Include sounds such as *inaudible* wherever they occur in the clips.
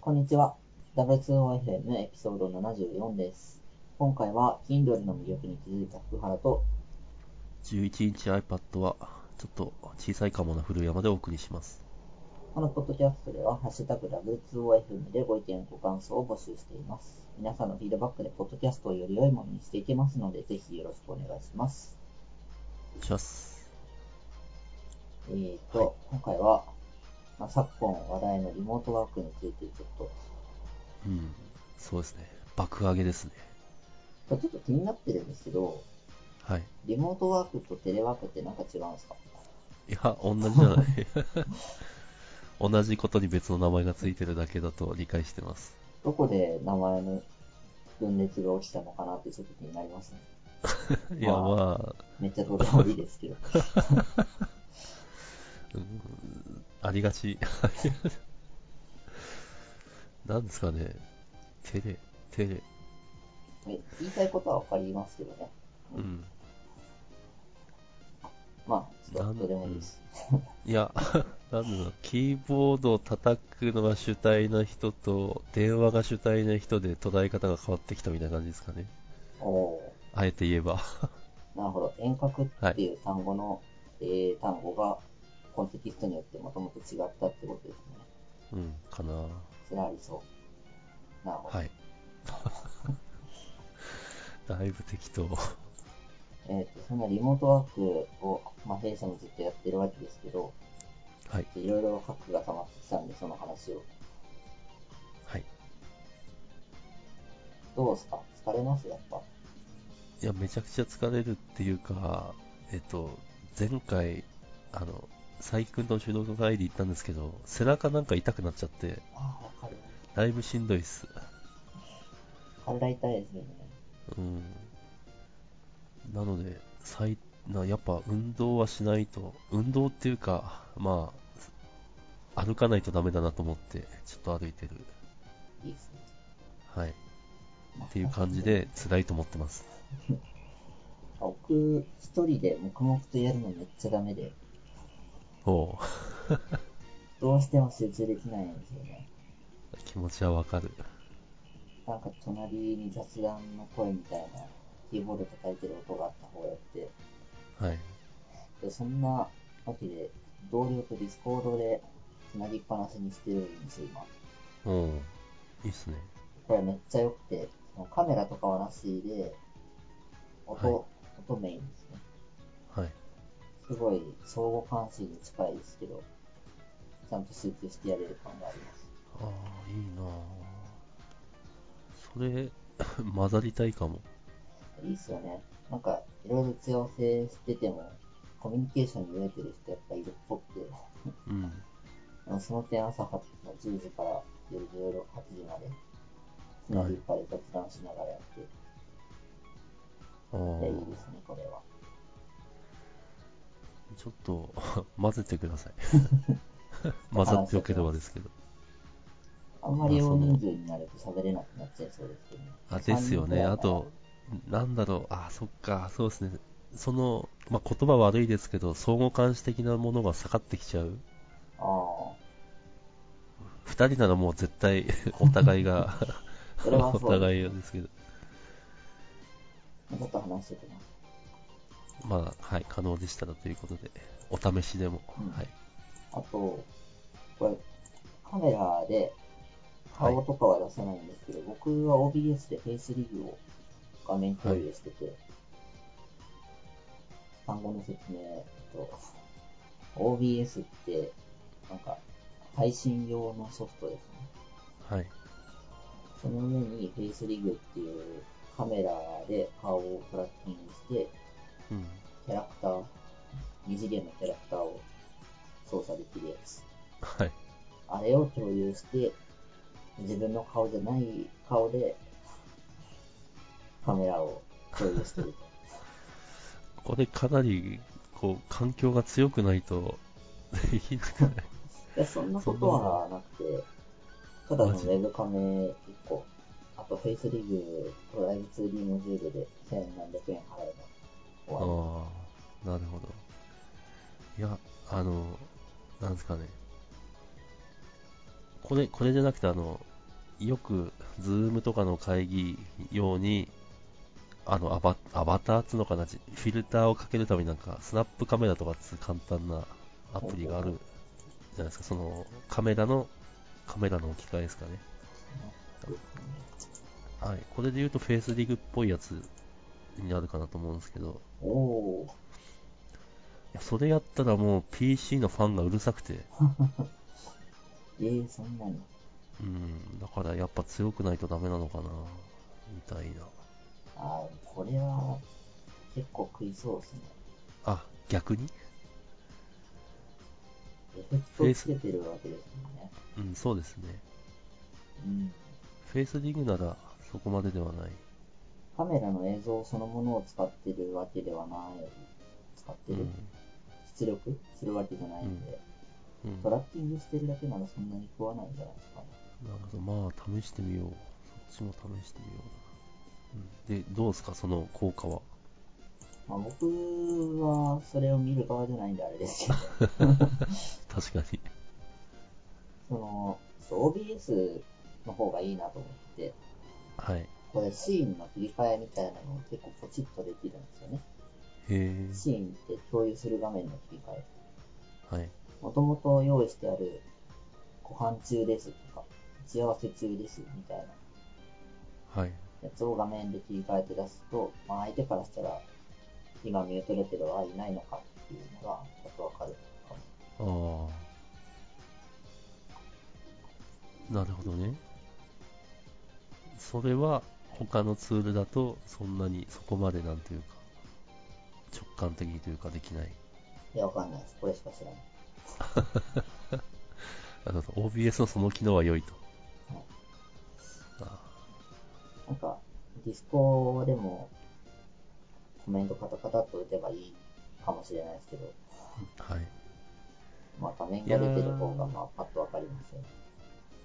こんにちは。W2OFM エピソード74です。今回は Kindle の魅力に気づいた福原と、 11インチ iPad はちょっと小さいかもな古山でお送りします。このポッドキャストでは、ハッシュタグ W2OFM でご意見、ご感想を募集しています。皆さんのフィードバックで、ポッドキャストをより良いものにしていけますので、ぜひよろしくお願いします。チャス。えーと、今回は、まあ、昨今話題のリモートワークについてちょっと、うん。そうですね。爆上げですね。これちょっと気になってるんですけど、はい。リモートワークとテレワークってなんか違うんですかいや、同じじゃない。同じことに別の名前がついてるだけだと理解してます。どこで名前の分裂が落ちたのかなってちょっと気になりますね。いや、ままあ、めっちゃどうでもいいです *laughs* けど。ありがち。 *laughs* なんですかね。テレ、テレ。え言いたいことはわかりますけどね。うん。まあ、ちょっとどうでもいいです。いや、 *laughs* なんだろう、キーボードを叩くのが主体な人と、電話が主体な人で捉え方が変わってきたみたいな感じですかね。おおあえて言えば。 *laughs* ーなるほど。遠隔っていう単語の、えー単語が、コンテキストによってもともと違ったってことですね。うん、かなそれはありそう。なるほど。はい。 *laughs* だいぶ適当。えっ、と、そんなリモートワークを、まあ、弊社もずっとやってるわけですけど、はい。いろいろ核が溜まってきたんで、その話を。はい。どうですか疲れますやっぱ。いや、めちゃくちゃ疲れるっていうか、えっと、前回、あの、佐伯くんとの収録会で行ったんですけど、背中なんか痛くなっちゃって、ああ、わかる。だいぶしんどいっす。体痛いですよね。うん。なので、最なやっぱ運動はしないと、運動っていうか、まあ、歩かないとダメだなと思って、ちょっと歩いてる。いいですね。はい。っていう感じで、辛いと思ってます。僕、一人で黙々とやるのめっちゃダメで、おうどうしても集中できないんですよね。気持ちはわかる。なんか隣に雑談の声みたいな、キーボード叩いてる音があった方がよくて、はい。でそんなわけで、同僚とディスコードで繋ぎっぱなしにしてるんですよ、今。おういいっすね。これめっちゃ良くて、そのカメラとかはなしで、音、はい音メインですね。はい。すごい相互関心に近いですけど、ちゃんと集中してやれる感があります。ああ、いいなぁそれ、 *laughs* 混ざりたいかも。いいっすよね。なんか、いろいろ強制してても、コミュニケーションに飢えてる人やっぱいるっぽくて、うん。あのその点朝8の10時から夜16、8時まで、つなぎっぱで雑談しながらやって、ああ、でいいですね、これは。ちょっと、 *laughs* 混ぜて *laughs* ください。混ざってよければですけど。あんまり大人数になると喋れなくなっちゃいそうですけどね。あ、です三人よね。ぐらいならあと、なんだろう。あ、そっか。そうですね。その、まあ、言葉悪いですけど、相互監視的なものが下がってきちゃう。あ二人ならもう絶 *laughs* 対、お互いが、あ、 *laughs* それはそおうです。互いがですけど。ちょっと話してきます。まあ、はい、可能でしたらということで、お試しでも、うんはい。あと、これ、カメラで顔とかは出せないんですけど、僕は OBS でフェイスリグを画面共有してて、単語の説明と、OBS って、なんか、配信用のソフトですね。はい。その上にフェイスリグっていうカメラで顔をトラッキングして、うん。キャラクター、二次元のキャラクターを操作できるやつ。はい。あれを共有して、自分の顔じゃない顔で、カメラを共有してると。これかなり、こう、環境が強くないと、 *laughs* できなくない。いや、そんなことはなくて、ただのウマジでェブカメ1個、あとフェイスリグ、ドライブツーリング10度で1700円払えばあ終わあ、なるほど。いや、あの、なんですかね。これ、これじゃなくて、あの、よく、ズームとかの会議用に、あのアバ、アバターっつうのかな、じフィルターをかけるためになんか、スナップカメラとかっつう簡単なアプリがあるじゃないですか、その、カメラの、カメラの置き換えですかね。はい、これで言うとフェイスリグっぽいやつになるかなと思うんですけど、おおいやそれやったらもう PC のファンがうるさくて、ー、えー、そんなに。うん、だからやっぱ強くないとダメなのかな、みたいな。あーこれは、結構食いそうですね。あ、逆にエフェクトをつけてるわけですもんね。うん、そうですね。うん。フェイスリグならそこまでではない。カメラの映像そのものを使ってるわけではない。使ってうる、ん。出力するわけじゃないんで、うん、トなラるッキングしてるだけならそんなに食わないんじゃないですかね。ほど、まあ試してみよう。そっちも試してみような。うん、で、どうですか、その効果は。まあ僕はそれを見る側じゃないんであれですけ *laughs* ど、確かに。その、ちょっと OBS の方がいいなと思って、はい。へこれシーンの切り替えみたいなのを結構ポチッとできるんですよね。え。シーンって共有する画面の切り替え。はい。もともと用意してある、ご飯中ですとか、打ち合わせ中ですみたいなはい。やつを画面で切り替えて出すと、まあ、相手からしたら、今見劣れてるわ、いないのかっていうのが、ちょっとわかるかも。ああ。なるほどね。それは他のツールだとそんなにそこまでなんというか直感的にというかできない。いや、わかんないです。これしか知らない。なるほど。OBS のその機能は良いと。はいあなんか、ディスコでも、コメントカタカタっと打てばいいかもしれないですけど、あはい。まあ、画面が出てる方が、いやーまあ、パッとわかりますよね。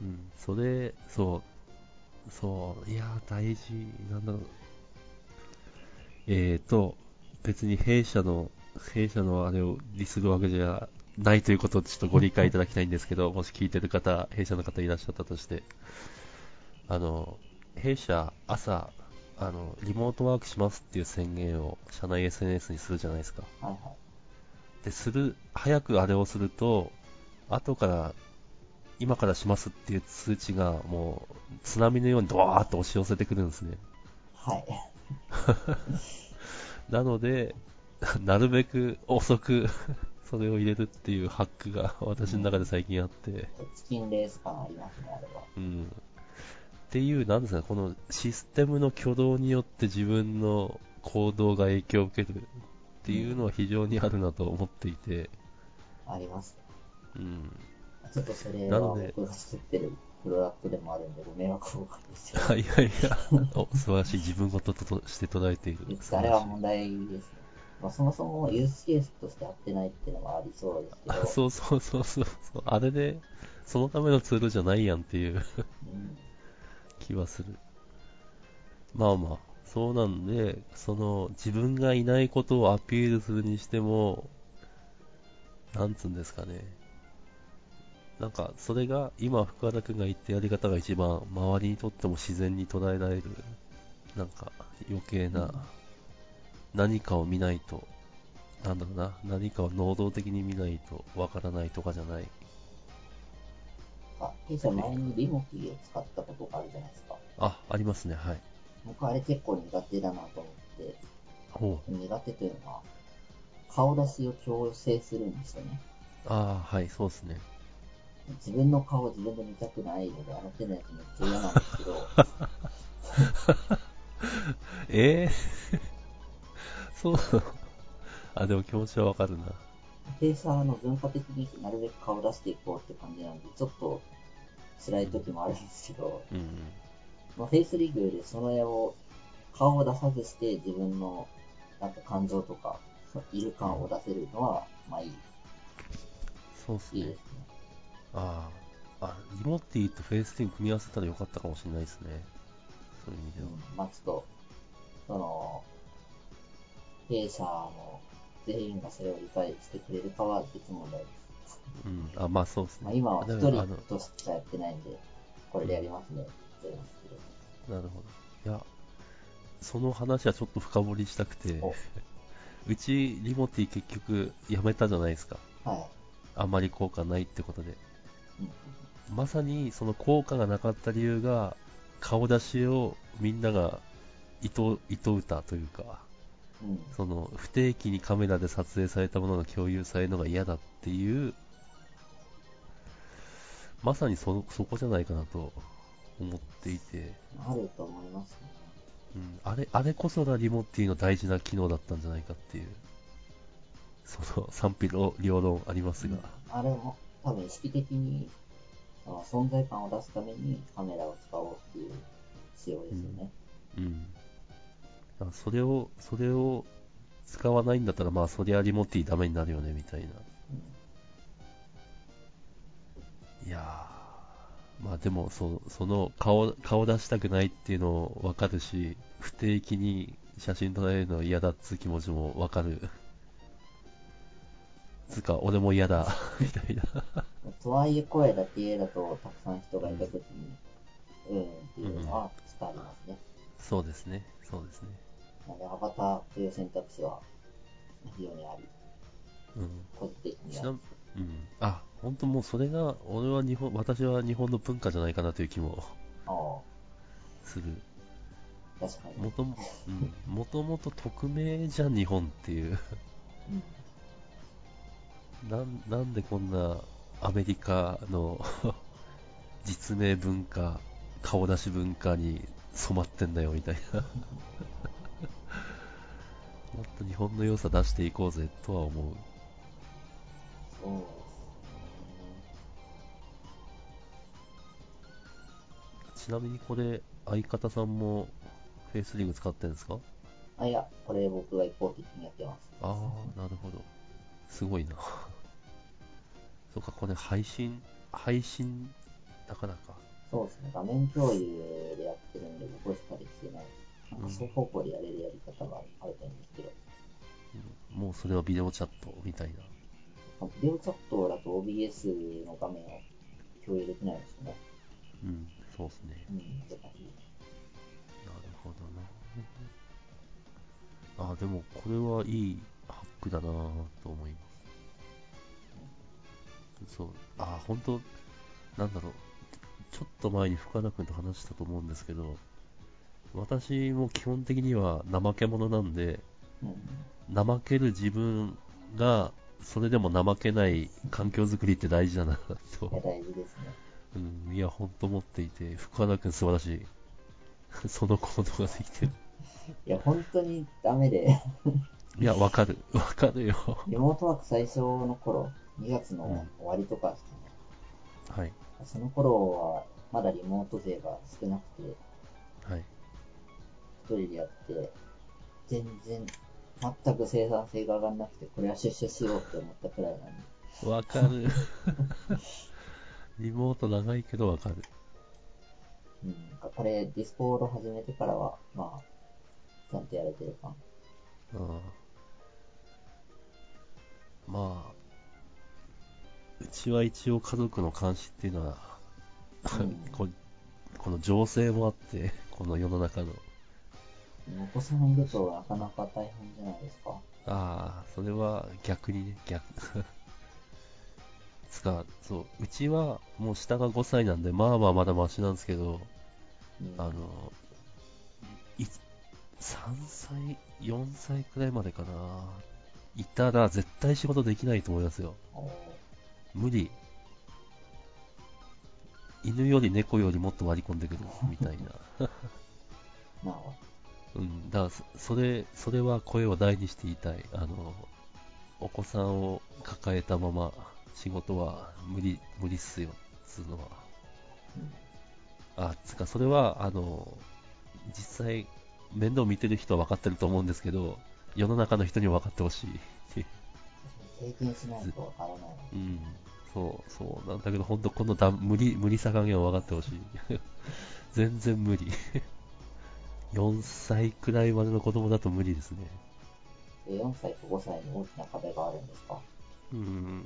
うん。それ、そう。そう。いやー、大事。なんだろう。えーと、別に弊社の、弊社のあれをディスるわけじゃないということをちょっとご理解いただきたいんですけど、もし聞いてる方、弊社の方いらっしゃったとして、あの、弊社、朝、あの、リモートワークしますっていう宣言を社内 SNS にするじゃないですか。はいはい。で、する、早くあれをすると、後から、今からしますっていう通知が、もう、津波のようにドワーッと押し寄せてくるんですね。はい。 *laughs* なので、 *laughs* なるべく遅く、 *laughs* それを入れるっていうハックが私の中で最近あって、チキンレース感ありますね、あれは。うん。っていう、なんですかね、このシステムの挙動によって自分の行動が影響を受けるっていうのは非常にあるなと思っていて、あります。うん。ちょっとそれなはので僕が作ってるプロダクトでもあるんで、ご迷惑をおかけしてる。はいいやいや、お素晴らしい自分事として捉えている。素あ晴れらはしい問題ですね。まあ、そもそもユースケースとして合ってないっていうのはありそうですけどあ、そうそうそうそうそう、あれで、そのためのツールじゃないやんっていううん、気はする。まあまあ、そうなんで、その自分がいないことをアピールするにしても、なんつうんですかね。なんか、それが今、福原君が言ったやり方が一番周りにとっても自然に捉えられる、なんか余計な何かを見ないと、なんだろうな、何かを能動的に見ないとわからないとかじゃない。あ、弊社前にリモキーを使ったことがあるじゃないですか。あ、ありますね、はい。僕あれ結構苦手だなと思って、ほう。苦手というのは、顔出しを強制するんですよね。ああ、はい、そうですね。自分の顔を自分で見たくないので、あの手のやつめっちゃ嫌なんですけ *laughs* ど、ええ *laughs* そうなの *laughs* あ、でも気持ちはわかるな。弊社の文化的になるべく顔出していこうって感じなんで、ちょっと辛い時もあるんですけど、うん、まあ、フェイスリグでその絵を、顔を出さずして自分のなんか感情とか、そのいる感を出せるのは、まあいい、そうっすいいでねす。ね。ああ。あ、リモティとフェイスティン組み合わせたらよかったかもしれないですね。そういう意味では。うん、まあちょっと、その、弊社の全員がそれを理解してくれるかは別問題です。うん。あ、まあそうですまあね。今は一だからあ人のとしかやってないんで、これでやりますね。ゼロスなるほど。いや、その話はちょっと深掘りしたくてお、うちリモティ結局やめたじゃないですか。はい。あんまり効果ないってことで。うんうんまさにその効果がなかった理由が、顔出しをみんなが糸、糸歌というか、うん。その不定期にカメラで撮影されたものが共有されるのが嫌だっていう、まさにそ、そこじゃないかなと思っていて、あると思いますね。うん、あれ、あれこそがリモティの大事な機能だったんじゃないかっていう、その賛否両論ありますが、あれも多分意識的にあの存在感を出すためにカメラを使おうっていう仕様ですよね。うん。あそれを、それを使わないんだったら、まあ、そりゃリモティダメになるよね、みたいな。うんいやー、まあでもそ、その顔、顔出したくないっていうのもわかるし、不定期に写真撮られるのは嫌だっつう気持ちもわか *laughs* る。つうか、俺も嫌だ、 *laughs* みたいな。とはいえ声だけだとたくさん人がいたときに、うーんっていうのは伝わりますね。そうですね、そうですね。なのでアバターという選択肢は非常にあり、うん。個人的にちは。なみうん。あ、本当もうそれが、俺は日本、私は日本の文化じゃないかなという気もあする。あ、確かに。もとも、うん。もともと匿名じゃん、日本っていう。う *laughs* んなんなんでこんなアメリカの *laughs* 実名文化、顔出し文化に染まってんだよみたいな。 *laughs* もっと日本の良さ出していこうぜとは思う。そうですね。ちなみにこれ、相方さんもフェイスリング使ってるんですかあ、いや、これ僕が一方的にやってます。ああ、なるほど。すごいな。 *laughs* そっか、これ配信、配信だからか。そうですね。画面共有でやってるんで、僕しかできてない。なんうかん双方向でやれるやり方があると思うんですけど、うんもうそれはビデオチャットみたいな。ビデオチャットだと OBS の画面を共有できないですよね。うん、そうですね。うん、やっぱりなるほどな。あ、でもこれはいいハックだなぁと思います。そう。あ、本当なんだろう。ちょっと前に深田君と話したと思うんですけど、私も基本的には怠け者なんで、うん、怠ける自分が、それでも怠けない環境づくりって大事だなと。いや大事ですね。うん、いや、ほんと持っていて、福原君素晴らしい。 *laughs* その行動ができて *laughs* る。いや、本当にダメで、 *laughs* いや、わかる。わかるよ。リモートワーク最初の頃、2月のうん終わりとかですね、はい。その頃はまだリモート勢が少なくて、はい。一人でやって、全然、全く生産性が上がらなくて、これは出社しようって思ったくらいなんで、わか *laughs* る。リモート長いけどわかる。うん、なんかこれ、ディスコード始めてからは、まあ、ちゃんとやれてるかな。うん。まあ、うちは一応家族の監視っていうのは、うん *laughs* ここの情勢もあって、この世の中の。お子さんいるとなかなか大変じゃないですか。ああ、それは逆にね、逆。 *laughs* つか、そう、うちはもう下が5歳なんで、まあまあまだマシなんですけど、うん、あの、い3歳、4歳くらいまでかな。いたら絶対仕事できないと思いますよ。おー無理。犬より猫よりもっと割り込んでくる、みたいな。なあ、うん、だからそ、それ、それは声を大にして言いたい。あの、お子さんを抱えたまま仕事は無理、無理っすよ、つうのは。うんあ、つうか、それは、あの、実際、面倒見てる人は分かってると思うんですけど、世の中の人には分かってほしい。 *laughs* 経験しないとわからない。うん、そう、そう、なんだけど、本当このだ無理、無理さ加減は分かってほしい。 *laughs* 全然無理。4歳くらいまでの子供だと無理ですね。え4歳と5歳の大きな壁があるんですかうーん、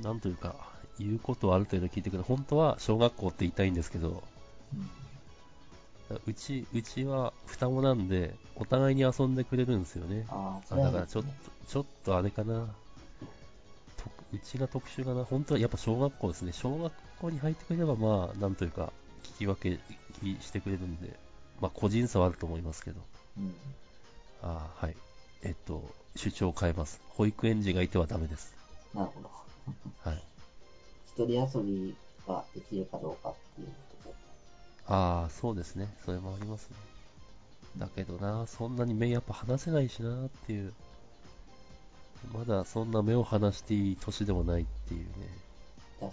なんというか、言うことはある程度聞いてくれる。本当は小学校って言いたいんですけど、うんうち、うちは双子なんで、お互いに遊んでくれるんですよね。ああ、あだからちそょうっなとんで、ちょっとあれかな。とうちが特殊かな。本当はやっぱ小学校ですね。小学校に入ってくれれば、まあ、なんというか、聞き分け聞きしてくれるんで、まあ、個人差はあると思いますけど。すねああ、はい。えっと、主張を変えます。保育園児がいてはダメです。うん。なるほど。はい。一人遊びができるかどうかっていうとこああ、そうですね。それもありますね。だけどな、そんなに目やっぱ離せないしなっていう。まだそんな目を離していい年でもないっていうね。ろ。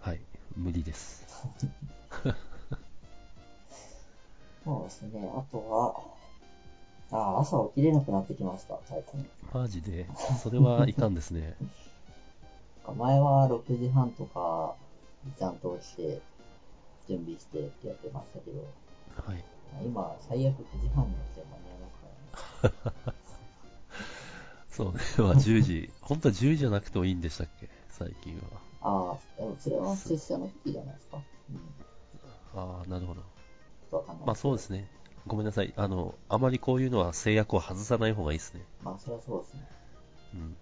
はい。無理です。そうですね。あとは、ああ、朝起きれなくなってきました、最近。マジで、それはいかんですね。 *laughs* 前は6時半とか、ちゃんと起きて、準備してってやってましたけど、はい。今、最悪9時半に起きても間に合いますからね。そうね。まあ10時。本当は10時じゃなくてもいいんでしたっけ最近は。ああ、でもそれは出社の時じゃないですか。うん。ちああ、なるほど。ょっとわかんない。まあそうですね。ごめんなさい。あの、あまりこういうのは制約を外さない方がいいですね。まあ、それはそうですね。うん。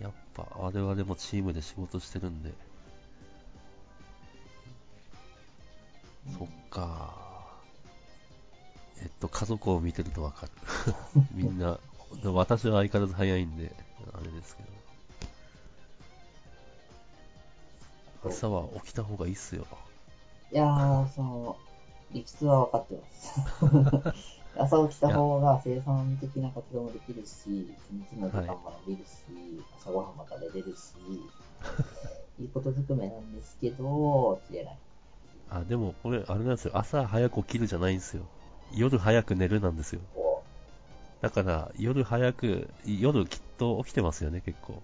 やっぱ我々もチームで仕事してるんで。そっか。えっと、家族を見てるとわかる。みんな、私は相変わらず早いんで、あれですけど。朝は起きた方がいいっすよ。いやー、その、理屈は分かってます。 *laughs* 朝起きた方が生産的な活動もできるし、一日の時間も伸びるし、朝ごはんも食べれるし、 *laughs* いいことずくめなんですけど、起きれない。あ、でも、これ、あれなんですよ。朝早く起きるじゃないんですよ。夜早く寝るなんですよ。こだから、夜早く、夜きっと起きてますよね、結構。う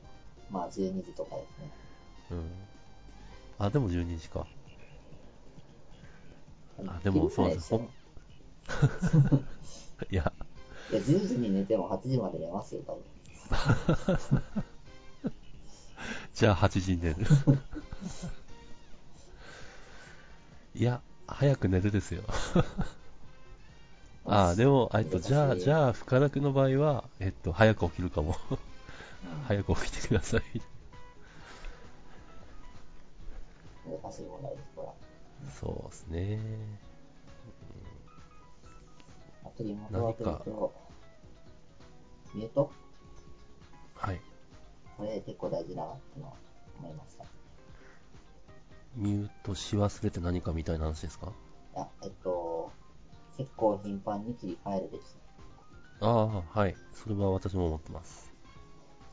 まあ、12時とかですね。うん。あ、でも12時か。あでもそうですね。いや、いや、10時に寝ても8時まで寝ますよ、多分。じゃあ8時に寝る。 *laughs* いや、早く寝るですよ。あー、でも、えっと、じゃあ、じあ、ゃあ、深田君の場合は、えっと、早く起きるかも。 *laughs* い。早く起きてください。難しい問題です、これは。そうですね。あとリモートワークだと、ミュートはい。これ結構大事だなってのは思いました。いミュートし忘れて何かみたいな話ですかや、えっと、結構頻繁に切り替えるべき。ああ、はい。それは私も思ってます。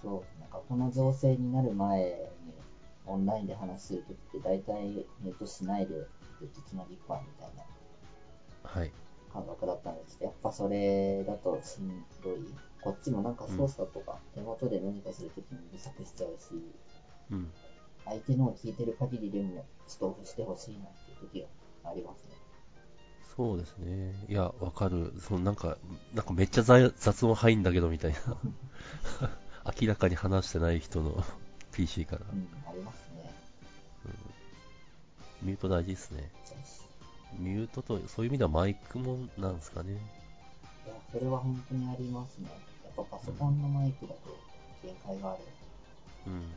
そう、なんかこの情勢になる前に、オンラインで話するときって大体ミュートしないで、ずっとつなぎっぱみたいなはい。感覚だったんですけど、やっぱそれだとしんどい。こっちもなんか操作とか、手元で何かするときにうるさくしちゃうし、うん。相手のを聞いてる限りでもストップしてほしいなっていう時がありますね。そうですね。いや、わかる。そのなんか、なんかめっちゃ雑雑音入んだけどみたいな。 *laughs* 明らかに話してない人の PC から。うん、ありますね。ミュート大事ですね。そうですミュートと、そういう意味ではマイクもなんですかね。いや、それは本当にありますね。やっぱパソコンのマイクだと限界がある。うん。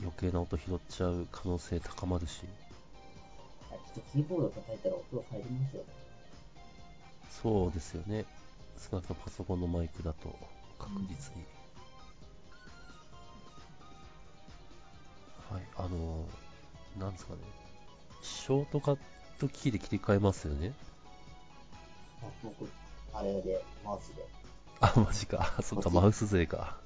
余計な音拾っちゃう可能性高まるし。あきっとキーボード叩いたら音入りますよね。そうですよね。少なくともパソコンのマイクだと確実に。はい、あのー、なんですかね。ショートカットキーで切り替えますよね。あ僕、あれで、マウスで。あ、マジか。そっか、マウス勢か。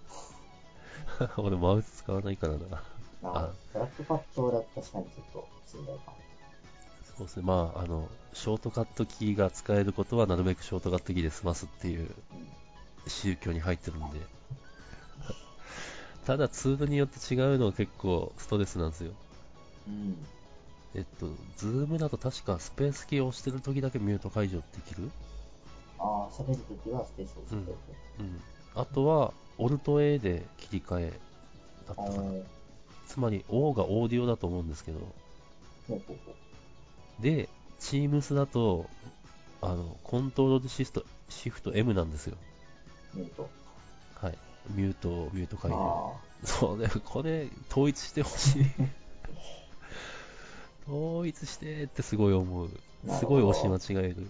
*laughs* 俺マウス使わないからな。ああトラックパッドだと確かにちょっとしんどいかも。そうですね。まあ、あの、ショートカットキーが使えることはなるべくショートカットキーで済ますっていううん宗教に入ってるんで。ただツールによって違うのは結構ストレスなんですよ。うん。えっと、ズームだと確かスペースキーを押してる時だけミュート解除できるああ、喋るときはスペースを作っておく。うん。あとは、オルト A で切り替えだったあかな。ーつまり O がオーディオだと思うんですけど、ほうほうほうで、Teams だと、あの、コントロールシフト、シフト M なんですよ。ミュート。はい。ミュート、ミュートあ回路。あそうね、これ、統一してほしい。 *laughs* 統一してってすごい思う。ー、なするごほいど押し間違える。うん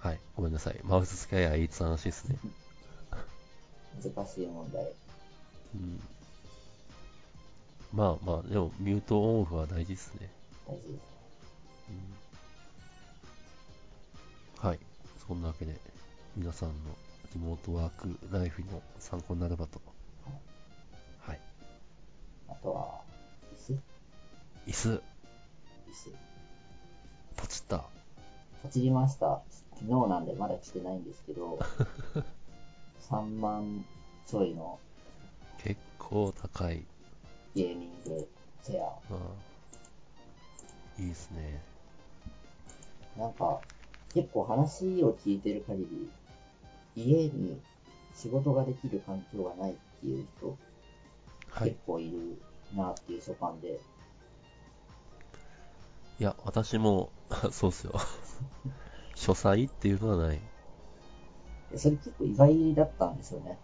はい、ごめんなさい。マウス使いやいいつ話ですね。難しい問題。うん。まあまあ、でも、ミュートオンオフは大事ですね。大事ですね。うんはい。そんなわけで、皆さんのリモートワークライフの参考になればと。はい。あとは、椅子椅椅子、子。ポチった。ポチりました。昨日なんでまだ来てないんですけ *laughs* ど、3万ちょいの結構高い。ゲーミングチェア。ああいいですね。なんか、結構話を聞いてる限り、家に仕事ができる環境がないっていう人、はい結。構いるなっていう所感で、いや、私も、 *laughs* そうっすよ。書斎っていうのはない。でそれ結構意外だったんですよね。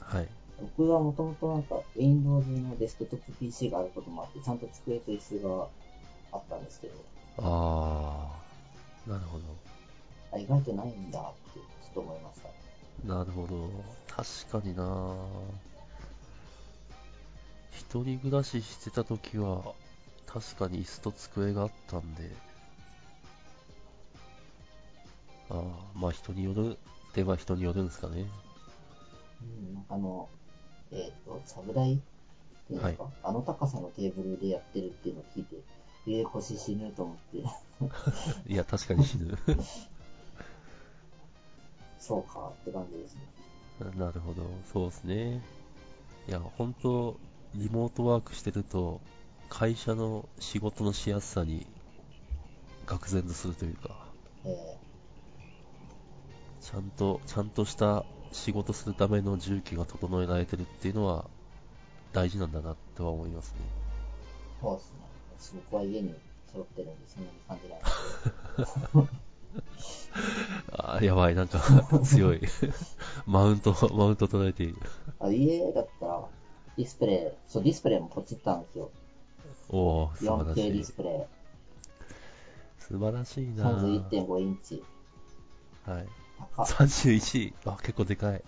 はい。僕はもともとなんか Windows のデスクトップ PC があることもあって、ちゃんと机と椅子があったんですけど、ああ、なるほあ、意外とないんだってちょっと思いました。ど。なるほど。確かにな一人暮らししてた時は、確かに椅子と机があったんで、ああ、まあ人による、では人によるんですかね。うん、なんかあの、えっ、と、サブ台っていうんですか、あの高さのテーブルでやってるっていうのを聞いて、えー、腰死ぬと思って、 *laughs* いや、確かに死ぬ。そうかって感じですね。なるほど、そうですね。いや、本当リモートワークしてると、会社の仕事のしやすさに、愕然とするというか、えちゃんと、ちゃんとした仕事するための重機が整えられてるっていうのは、大事なんだなとは思いますね。ー、そうですね。私僕は家に揃ってるんで、そんなに感じない。 *laughs* あーやばい、なん *laughs* か強い。マウント、マウント取られている。あ家だったら、ディスプレイ、そう、ディスプレイもポチったんですよ。おお、素晴ら 4K しディいス。プレイ、素晴らしいなぁ31.5インチ。はい。高っ。 31位。あ、結構でかい。はい。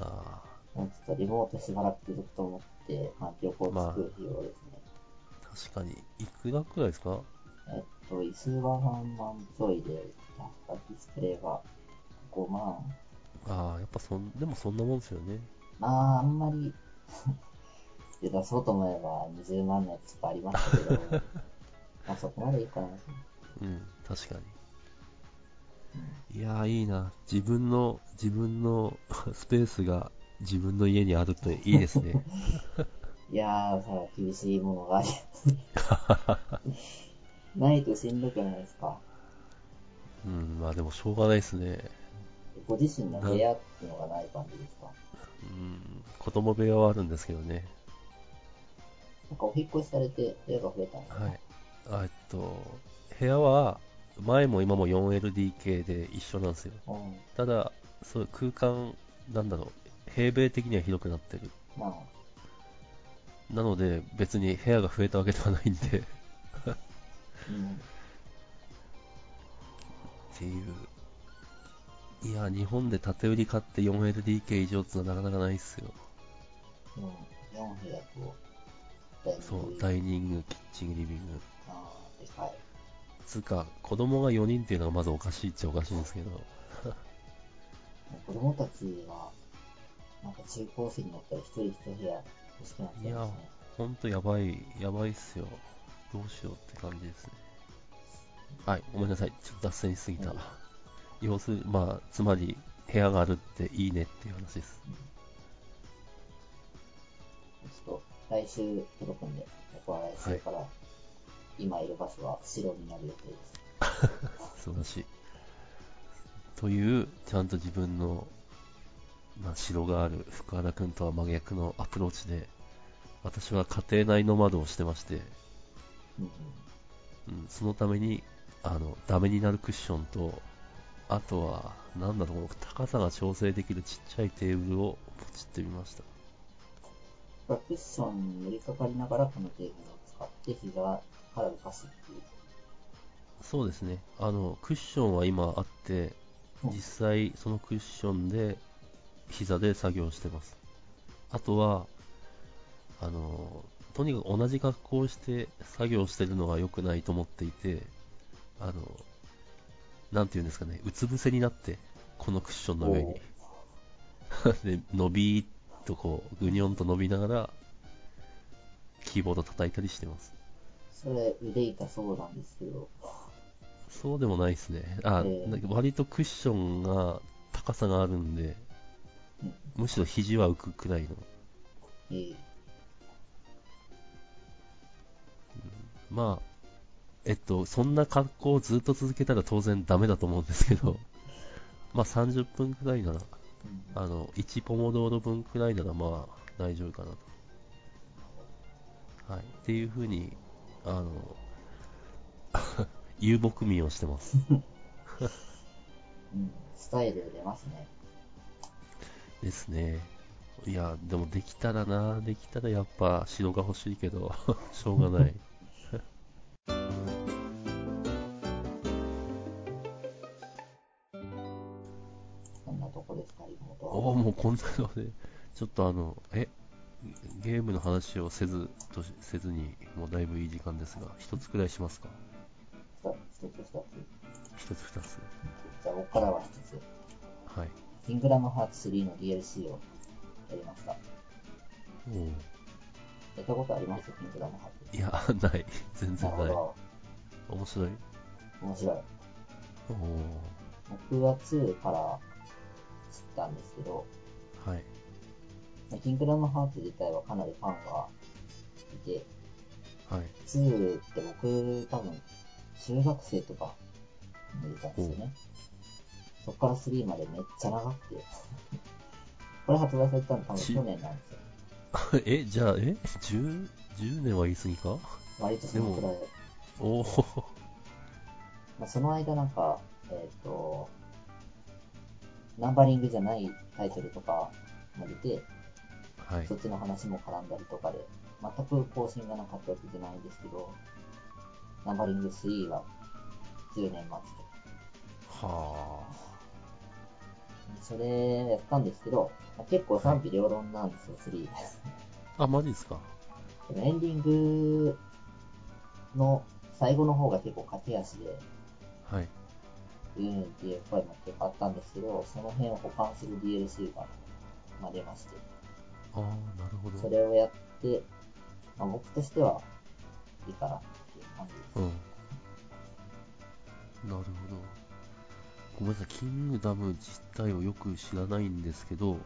あーなんかちょっとリモートしばらく続くと思って、まあ、旅行まあ作る費用ですね。確かに。いくらくらいですかえっと、椅子は3万ちょいで、なんかディスプレイが5万。ああ、やっぱそん、でもそんなもんですよね。まあ、あんまり、 *laughs* で出そうと思えば20万のやつとかありましたけど、 *laughs* まあそこまでいいかな。うん、確かに。いやー、いいな。自分の、自分の *laughs* スペースが自分の家にあるといいです *laughs* ね。いやー、さあ、厳しいものがあり *laughs* ないとしんどくないですか。うん、まあでもしょうがないですね。ご自身の部屋っていうのがない感じですか。うん、子供部屋はあるんですけどね。なんかお引っ越しされて部屋が増えたんですかはい。あえっと、部屋は前も今も 4LDK で一緒なんですよ。うん。ただ、そういう空間、なんだろう、平米的には広くなってる。まあ、なので、別に部屋が増えたわけではないんで、っうん。ていう。いや、日本で縦売り買って 4LDK 以上ってのはなかなかないっすよ。うん、4部屋と、ダイニングそう、ダイニング、キッチン、リビング。あーでかい。つうか、子供が4人っていうのがまずおかしいっちゃおかしいんですけど、子供たちは、なんか中高生になったら一人一部屋欲しくなっちゃいますね。ほんとやばい、やばいっすよ。どうしようって感じですね。はい、ごめんなさい。ちょっと脱線しすぎたうん。要する、まあ、つまり、部屋があるっていいねっていう話です。ちょっと来週届くんで、僕は来週から、今いる場所は白になる予定です。素晴らしい。という、ちゃんと自分の、まあ、城がある福原君とは真逆のアプローチで、私は家庭内ノマドをしてまして、うんうんうん、そのために、あの、ダメになるクッションと、あとは、なんだろう、この高さが調整できるちっちゃいテーブルをポチってみました。だからクッションに寄りかかりながらこのテーブルを使って膝から浮かすっていう。そうですね。あの、クッションは今あって、うん実際そのクッションで、膝で作業してます。あとは、あの、とにかく同じ格好をして作業してるのは良くないと思っていて、あの、なんていうんですかね、うつ伏せになって、このクッションの上に。で、伸びーっとこう、ぐにょんと伸びながら、キーボード叩いたりしてます。それ腕痛そうなんですけど、そうでもないですね。あ、ええなんか割とクッションが高さがあるんでうん、むしろ肘は浮くくらいの。えーまあ、えっと、そんな格好をずっと続けたら当然ダメだと思うんですけ *laughs* ど、まあ30分くらいなうら、んあの、1ポモドーロ分くらいならまあ大丈夫かなと。はい。っていうふうに、あの、 *laughs* 遊牧民をしてます。うん、スタイル出ますね。ですね。いや、でもできたらな、できたらやっぱ城が欲しいけど、 *laughs* しょうがない。こんなとこですか、リモートおは。お、もうこんなので、ちょっとあの、え、ゲームの話をせずとしせずに、もうだいぶいい時間ですが、一つくらいしますか二つ、一つ、二つ。一つ二つ。じゃあ、ここからは一つ。はい。キングダムハーツ3の DLC をやりました。やおおったことありますキングダムハーツ。いや、ない。全然なるない。ほ面白い。ど。面白い。おお僕は2から知ったんですけど、はい。キングダムハーツ自体はかなりファンがいて、はい。 2って僕多分中学生とかに出たんですよね。そっから3までめっちゃ長くて。 *laughs* これ発売されたの多分し去年なんですよ。 *laughs* え、じゃあ、え ?10、10年は言い過ぎか割とそのくらい。おおまあ、その間なんか、えっ、と、ナンバリングじゃないタイトルとかも出て、 *laughs* はいそ。っちの話も絡んだりとかで、全く更新がなかったわけじゃないんですけど、ナンバリング3は10年待ちで。はあ。それやったんですけど、まあ結構賛否両論なんですよ、3。あ、マジですかでもエンディングの最後の方が結構駆け足で、はい。うーんっていう声も結構あったんですけど、その辺を補完する DLC が、まあ、出まして、ああ、なるほそど。れをやって、まあ、僕としてはいいかなっていう感じです。うん。なるほど。ごめんなさい、キングダム自体をよく知らないんですけど、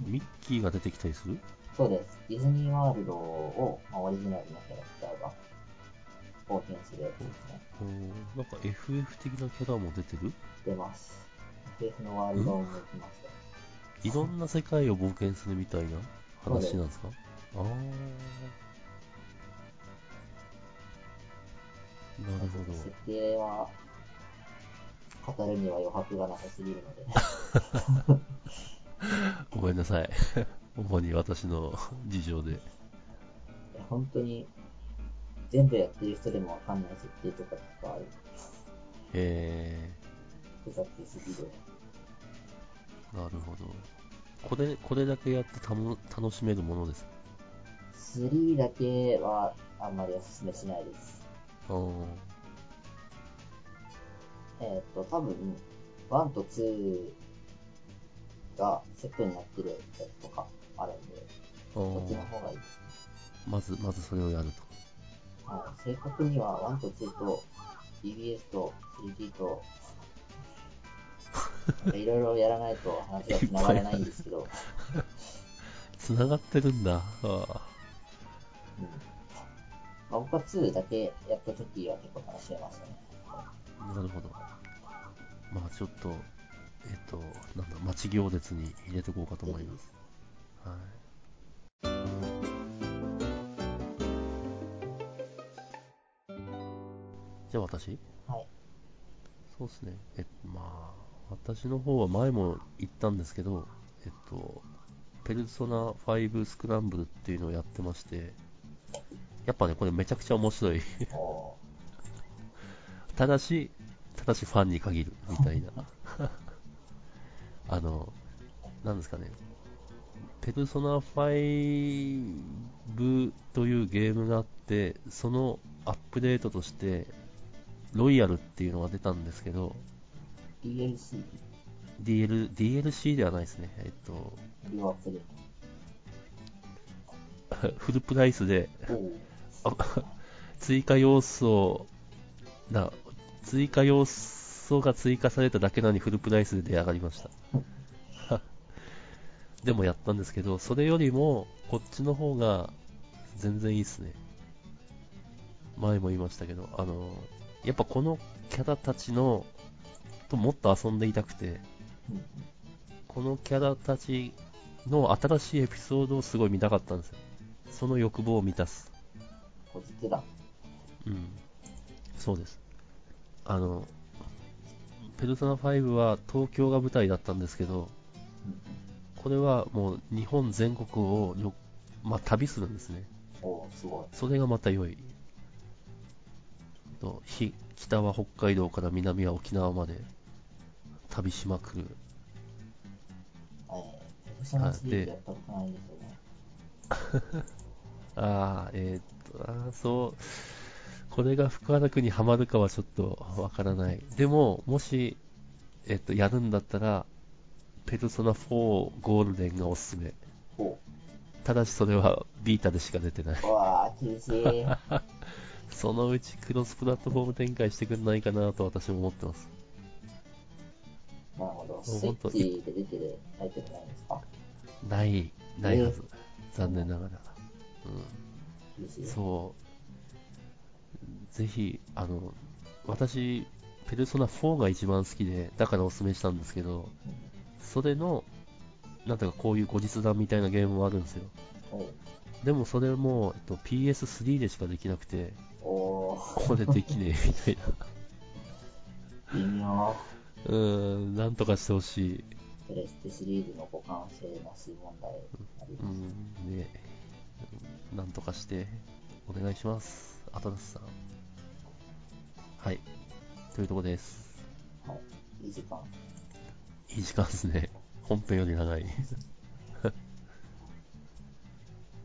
ミッキーが出てきたりするそうです。ディズニーワールドを、まあ、オリジナルのキャラクターが冒険するやつですね。おーなんか FF 的なキャラも出てる出ます。FF のワールドを抜きました。いろんな世界を冒険するみたいな話なんですかああ。なるほ設ど。定は、語るには余白がなさすぎるので、 *laughs* ごめんなさい。 *laughs* 主に私の事情で。本当に、全部やってる人でもわかんない設定とかとかある。え複雑すぎる。ー、なるほど。これ、これだけやってたの楽しめるものですか3だけは、あんまりおすすめしないです。あーえーっ、と、多分、1と2がセットになってるやつとかあるんで、あそっちーの方がいいです。まず、まずそれをやると。はい、正確には1と2と BBS と 3D *laughs* となんかいろいろやらないと話が繋がらないんですけど、つながってるんだ。あーうんまあ、僕は2だけやった時は結構楽しめましたね。なるほど。まあちょっと、えっと、なんだ、待ち行列に入れていこうかと思います。はい。じゃあ私はい。 *laughs* そうですね。えっと、まあ、私の方は前も言ったんですけど、えっと、ペルソナ5スクランブルっていうのをやってまして、やっぱね、これめちゃくちゃ面白い。 *laughs* おただし、ただしファンに限るみたいな。 *laughs* あの、なんですかね。ペルソナ5というゲームがあって、そのアップデートとして、ロイヤルっていうのが出たんですけど、ー DLC、 DL DLC ではないですね、えっと、 *laughs* 無料アップデーフルプライスで *laughs* ト。おーあ追加要素な追加要素が追加されただけなのにフルプライスで上がりました *laughs* でもやったんですけどそれよりもこっちの方が全然いいですね前も言いましたけどあのやっぱこのキャラたちのともっと遊んでいたくてうんこのキャラたちの新しいエピソードをすごい見たかったんですよその欲望を満たすこじつけだ。うん、そうです。あの、ペルソナ5は東京が舞台だったんですけど、うんこれはもう日本全国を旅、まあ、旅するんですね。おーすごい。それがまた良い。とひ北は北海道から南は沖縄まで旅しまくる。えー、ペルソナ3やったことないですよね。ああ、えーっと、あーそう、これが福原区にはまるかはちょっとわからない。でも、もし、えーっと、やるんだったら、ペルソナ4ゴールデンがおすすめ。おただしそれはビータでしか出てない。うわー、厳しい。そのうちクロスプラットフォーム展開してくんないかなと私も思ってます。なるほど。そうスイ本当ッチで出てるタイトルないんですかない、ないはず。残念ながら。うん。厳しい。そう。ぜひ、あの、私、ペルソナ4が一番好きで、だからおすすめしたんですけど、それの、なんていうかこういう後日談みたいなゲームもあるんですよ。おうでもそれも、えっと、PS3 でしかできなくて、おー、これできねえみたいな。微妙。うーん、なんとかしてほしい。プレステシリーズの互換性なし問題ありうます。ん、ね、なんとかして、お願いします。アトラスさん。はい。というとこです。はい。いい時間。いい時間ですね。本編より長い。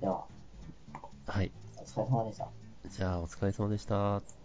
では、はい。お疲れ様でした。じゃあ、お疲れ様でした。